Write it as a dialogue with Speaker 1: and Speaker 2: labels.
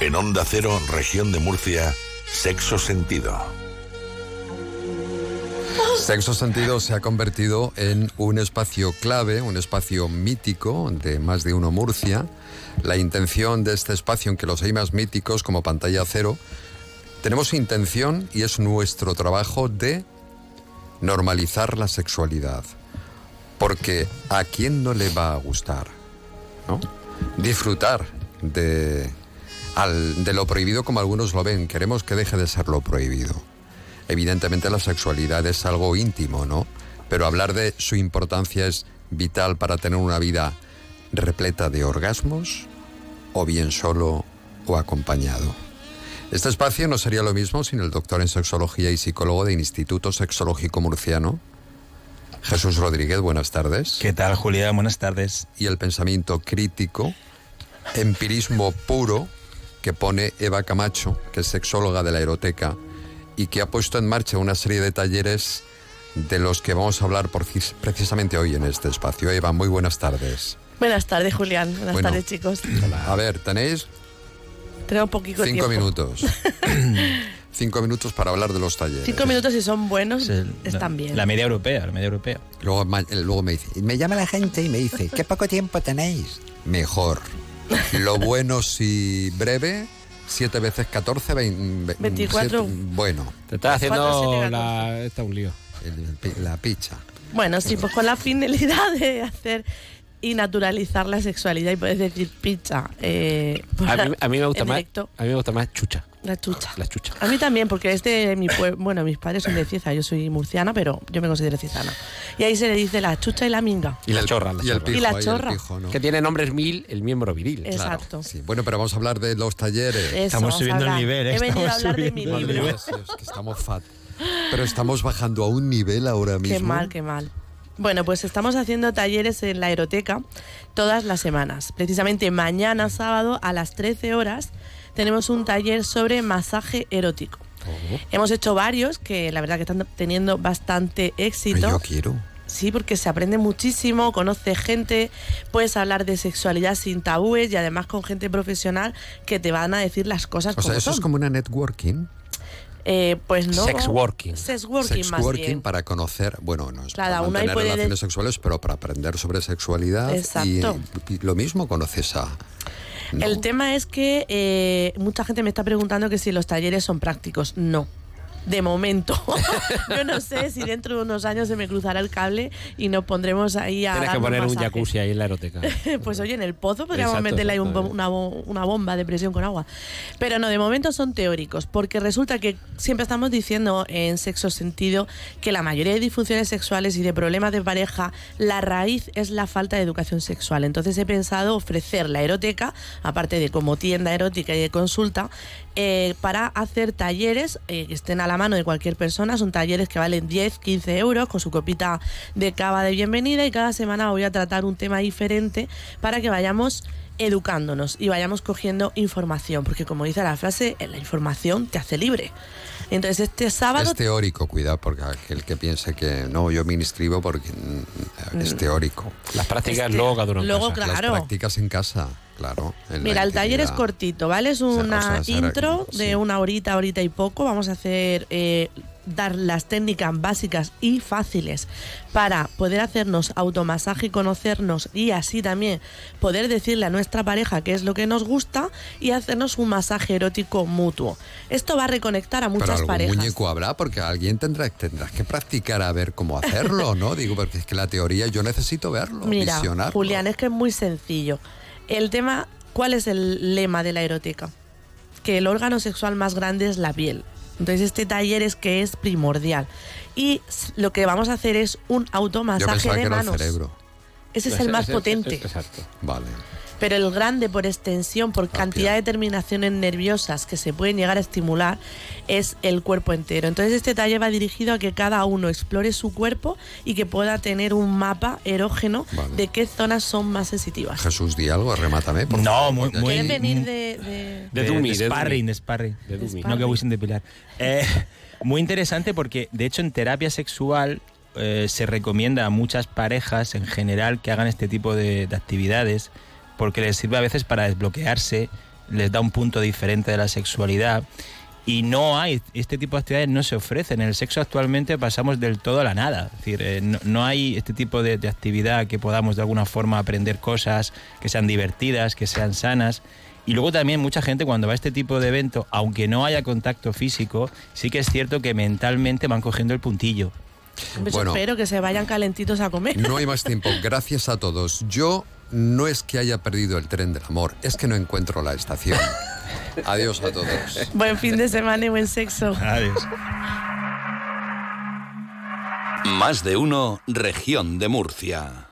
Speaker 1: En Onda Cero, Región de Murcia, Sexo Sentido.
Speaker 2: Sexo Sentido se ha convertido en un espacio clave, un espacio mítico de más de uno Murcia. La intención de este espacio, aunque los hay más míticos como pantalla cero, tenemos intención y es nuestro trabajo de normalizar la sexualidad. Porque a quién no le va a gustar, ¿no? Disfrutar de, al- de lo prohibido como algunos lo ven. Queremos que deje de ser lo prohibido. Evidentemente la sexualidad es algo íntimo, ¿no? Pero hablar de su importancia es vital para tener una vida repleta de orgasmos o bien solo o acompañado. Este espacio no sería lo mismo sin el doctor en sexología y psicólogo del Instituto Sexológico Murciano, Jesús Rodríguez, buenas tardes.
Speaker 3: ¿Qué tal, Julia? Buenas tardes.
Speaker 2: Y el pensamiento crítico, empirismo puro, que pone Eva Camacho, que es sexóloga de la Eroteca, y que ha puesto en marcha una serie de talleres de los que vamos a hablar por- precisamente hoy en este espacio. Eva, muy buenas tardes.
Speaker 4: Buenas tardes, Julián. Buenas
Speaker 2: Bueno.
Speaker 4: tardes, chicos.
Speaker 2: A ver, tenéis
Speaker 4: Tenemos poquito
Speaker 2: cinco
Speaker 4: tiempo.
Speaker 2: minutos. cinco minutos para hablar de los talleres.
Speaker 4: Cinco minutos, si son buenos, están bien.
Speaker 3: La media europea, la media europea.
Speaker 2: Luego, ma- eh, luego me dice, me llama la gente y me dice, ¿qué poco tiempo tenéis? Mejor. Lo bueno si breve, siete veces 14, 20,
Speaker 4: 24.
Speaker 2: mm, bueno,
Speaker 5: Te
Speaker 4: Cuatro,
Speaker 5: estás
Speaker 4: siete,
Speaker 5: haciendo
Speaker 4: catorce.
Speaker 5: la... Está un lío.
Speaker 2: el- el pi- la picha.
Speaker 4: Bueno, sí, pues con la finalidad de hacer y naturalizar la sexualidad y puedes decir pizza. eh,
Speaker 5: A mí, a mí me gusta
Speaker 4: en
Speaker 5: más...
Speaker 4: directo,
Speaker 5: A mí me gusta más chucha.
Speaker 4: la chucha.
Speaker 5: La chucha.
Speaker 4: A mí también, porque es de mi pueblo. Bueno, mis padres son de Cieza, yo soy murciana, pero yo me considero ciezana. Y ahí se le dice la chucha y la minga.
Speaker 5: Y la
Speaker 2: el-
Speaker 5: chorra, la
Speaker 2: y el
Speaker 5: chorra.
Speaker 2: pijo,
Speaker 4: Y la
Speaker 2: ahí, el
Speaker 4: chorra.
Speaker 2: pijo, ¿no?
Speaker 5: Que tiene nombres mil el miembro viril.
Speaker 4: Es-
Speaker 2: Claro,
Speaker 4: Exacto.
Speaker 2: sí. Bueno, pero vamos a hablar de los talleres.
Speaker 4: Eso,
Speaker 3: Estamos
Speaker 4: vamos a
Speaker 3: subiendo el
Speaker 4: hablar.
Speaker 3: nivel, ¿eh?
Speaker 4: He venido a
Speaker 3: Estamos
Speaker 4: hablar de mi
Speaker 3: subiendo el
Speaker 4: libro.
Speaker 3: nivel.
Speaker 2: Madre mía, sí, es que estamos fat. Pero estamos bajando a un nivel ahora mismo.
Speaker 4: Qué mal, qué mal. Bueno, pues estamos haciendo talleres en la aeroteca todas las semanas. Precisamente mañana sábado a las 13 horas tenemos un taller sobre masaje erótico.
Speaker 2: Oh.
Speaker 4: Hemos hecho varios que la verdad que están teniendo bastante
Speaker 2: Pero
Speaker 4: éxito.
Speaker 2: yo quiero.
Speaker 4: Sí, porque se aprende muchísimo, conoce gente, puedes hablar de sexualidad sin tabúes y además con gente profesional que te van a decir las cosas
Speaker 2: O sea,
Speaker 4: como
Speaker 2: eso
Speaker 4: son.
Speaker 2: es como una networking.
Speaker 4: Eh, pues no.
Speaker 5: Sex working.
Speaker 4: Sex working
Speaker 2: Sex
Speaker 4: más
Speaker 2: working
Speaker 4: bien.
Speaker 2: para conocer, bueno, no es
Speaker 4: Cada
Speaker 2: para
Speaker 4: uno ahí
Speaker 2: mantener
Speaker 4: puede
Speaker 2: relaciones
Speaker 4: de-
Speaker 2: sexuales, pero para aprender sobre sexualidad. Y,
Speaker 4: Exacto.
Speaker 2: y lo mismo conoces a... ¿no?
Speaker 4: El tema es que eh, mucha gente me está preguntando que si los talleres son prácticos. No. De momento. Yo no sé si dentro de unos años se me cruzará el cable y nos pondremos ahí a.
Speaker 5: Tienes que
Speaker 4: darnos
Speaker 5: poner un
Speaker 4: masajes.
Speaker 5: jacuzzi ahí en la eroteca.
Speaker 4: Pues oye, en el pozo podríamos
Speaker 5: Exacto,
Speaker 4: meterle ahí un bo-
Speaker 5: exacto.
Speaker 4: una, bo- una bomba de presión con agua. Pero no, de momento son teóricos, porque resulta que siempre estamos diciendo en sexo sentido que la mayoría de disfunciones sexuales y de problemas de pareja, la raíz es la falta de educación sexual. Entonces he pensado ofrecer la eroteca, aparte de como tienda erótica y de consulta, eh, para hacer talleres eh, que estén a la mano de cualquier persona. Son talleres que valen 10, 15 euros con su copita de cava de bienvenida y cada semana voy a tratar un tema diferente para que vayamos educándonos y vayamos cogiendo información, porque como dice la frase, eh, la información te hace libre. Entonces este sábado
Speaker 2: Es teórico, cuidado, porque aquel que piense que no, yo me inscribo porque mm, es teórico.
Speaker 5: Las prácticas
Speaker 4: Este,
Speaker 5: luego duran
Speaker 4: luego,
Speaker 5: casa.
Speaker 4: claro.
Speaker 2: Las practicas en casa, claro. en la
Speaker 4: Mira, el taller es
Speaker 2: intimidad.
Speaker 4: cortito, ¿vale? Es una
Speaker 2: o sea, será-
Speaker 4: intro
Speaker 2: sí.
Speaker 4: de una horita, horita y poco. Vamos a hacer eh, dar las técnicas básicas y fáciles para poder hacernos automasaje y conocernos y así también poder decirle a nuestra pareja qué es lo que nos gusta y hacernos un masaje erótico mutuo. Esto va a reconectar a
Speaker 2: Pero
Speaker 4: muchas
Speaker 2: algún
Speaker 4: parejas.
Speaker 2: muñeco habrá, porque alguien tendrá, tendrás que practicar a ver cómo hacerlo, ¿no? Digo, porque es que la teoría yo necesito verlo,
Speaker 4: Mira,
Speaker 2: visionarlo.
Speaker 4: Julián, es que es muy sencillo. El tema, ¿cuál es el lema de la eroteca? Que el órgano sexual más grande es la piel. Entonces este taller es que es primordial. Y s- lo que vamos a hacer es un
Speaker 2: yo
Speaker 4: automasaje
Speaker 2: pensaba que
Speaker 4: de
Speaker 2: era
Speaker 4: manos.
Speaker 2: el cerebro.
Speaker 4: Pues Ese Este es el más potente.
Speaker 5: Exacto.
Speaker 2: Vale.
Speaker 4: Pero el grande por extensión, por cantidad de terminaciones nerviosas que se pueden llegar a estimular, es el cuerpo entero. Entonces este taller va dirigido a que cada uno explore su cuerpo y que pueda tener un mapa erógeno
Speaker 2: Vale.
Speaker 4: de qué zonas son más sensitivas.
Speaker 2: Jesús, di algo, remátame. por
Speaker 3: No,
Speaker 2: favor,
Speaker 3: muy,
Speaker 2: porque-
Speaker 3: muy-
Speaker 4: ¿Quieres venir de, de-
Speaker 5: De Dumi, de
Speaker 3: sparring,
Speaker 5: Dumi.
Speaker 3: de sparring.
Speaker 5: De Dumi.
Speaker 3: No que voy sin depilar. Eh, muy interesante porque, de hecho, en terapia sexual eh, se recomienda a muchas parejas en general que hagan este tipo de, de actividades porque les sirve a veces para desbloquearse les da un punto diferente de la sexualidad. Y no hay, este tipo de actividades no se ofrecen. En el sexo actualmente pasamos del todo a la nada. Es decir, eh, no, no hay este tipo de, de actividad que podamos de alguna forma aprender cosas que sean divertidas, que sean sanas. Y luego también mucha gente cuando va a este tipo de evento, aunque no haya contacto físico, sí que es cierto que mentalmente van cogiendo el puntillo.
Speaker 4: Pues
Speaker 2: Bueno.
Speaker 4: espero que se vayan calentitos a comer.
Speaker 2: No hay más tiempo. Gracias a todos. Yo no es que haya perdido el tren del amor, es que no encuentro la estación. Adiós a todos.
Speaker 4: Buen fin de semana y buen sexo.
Speaker 3: Adiós.
Speaker 6: Más de uno, región de Murcia.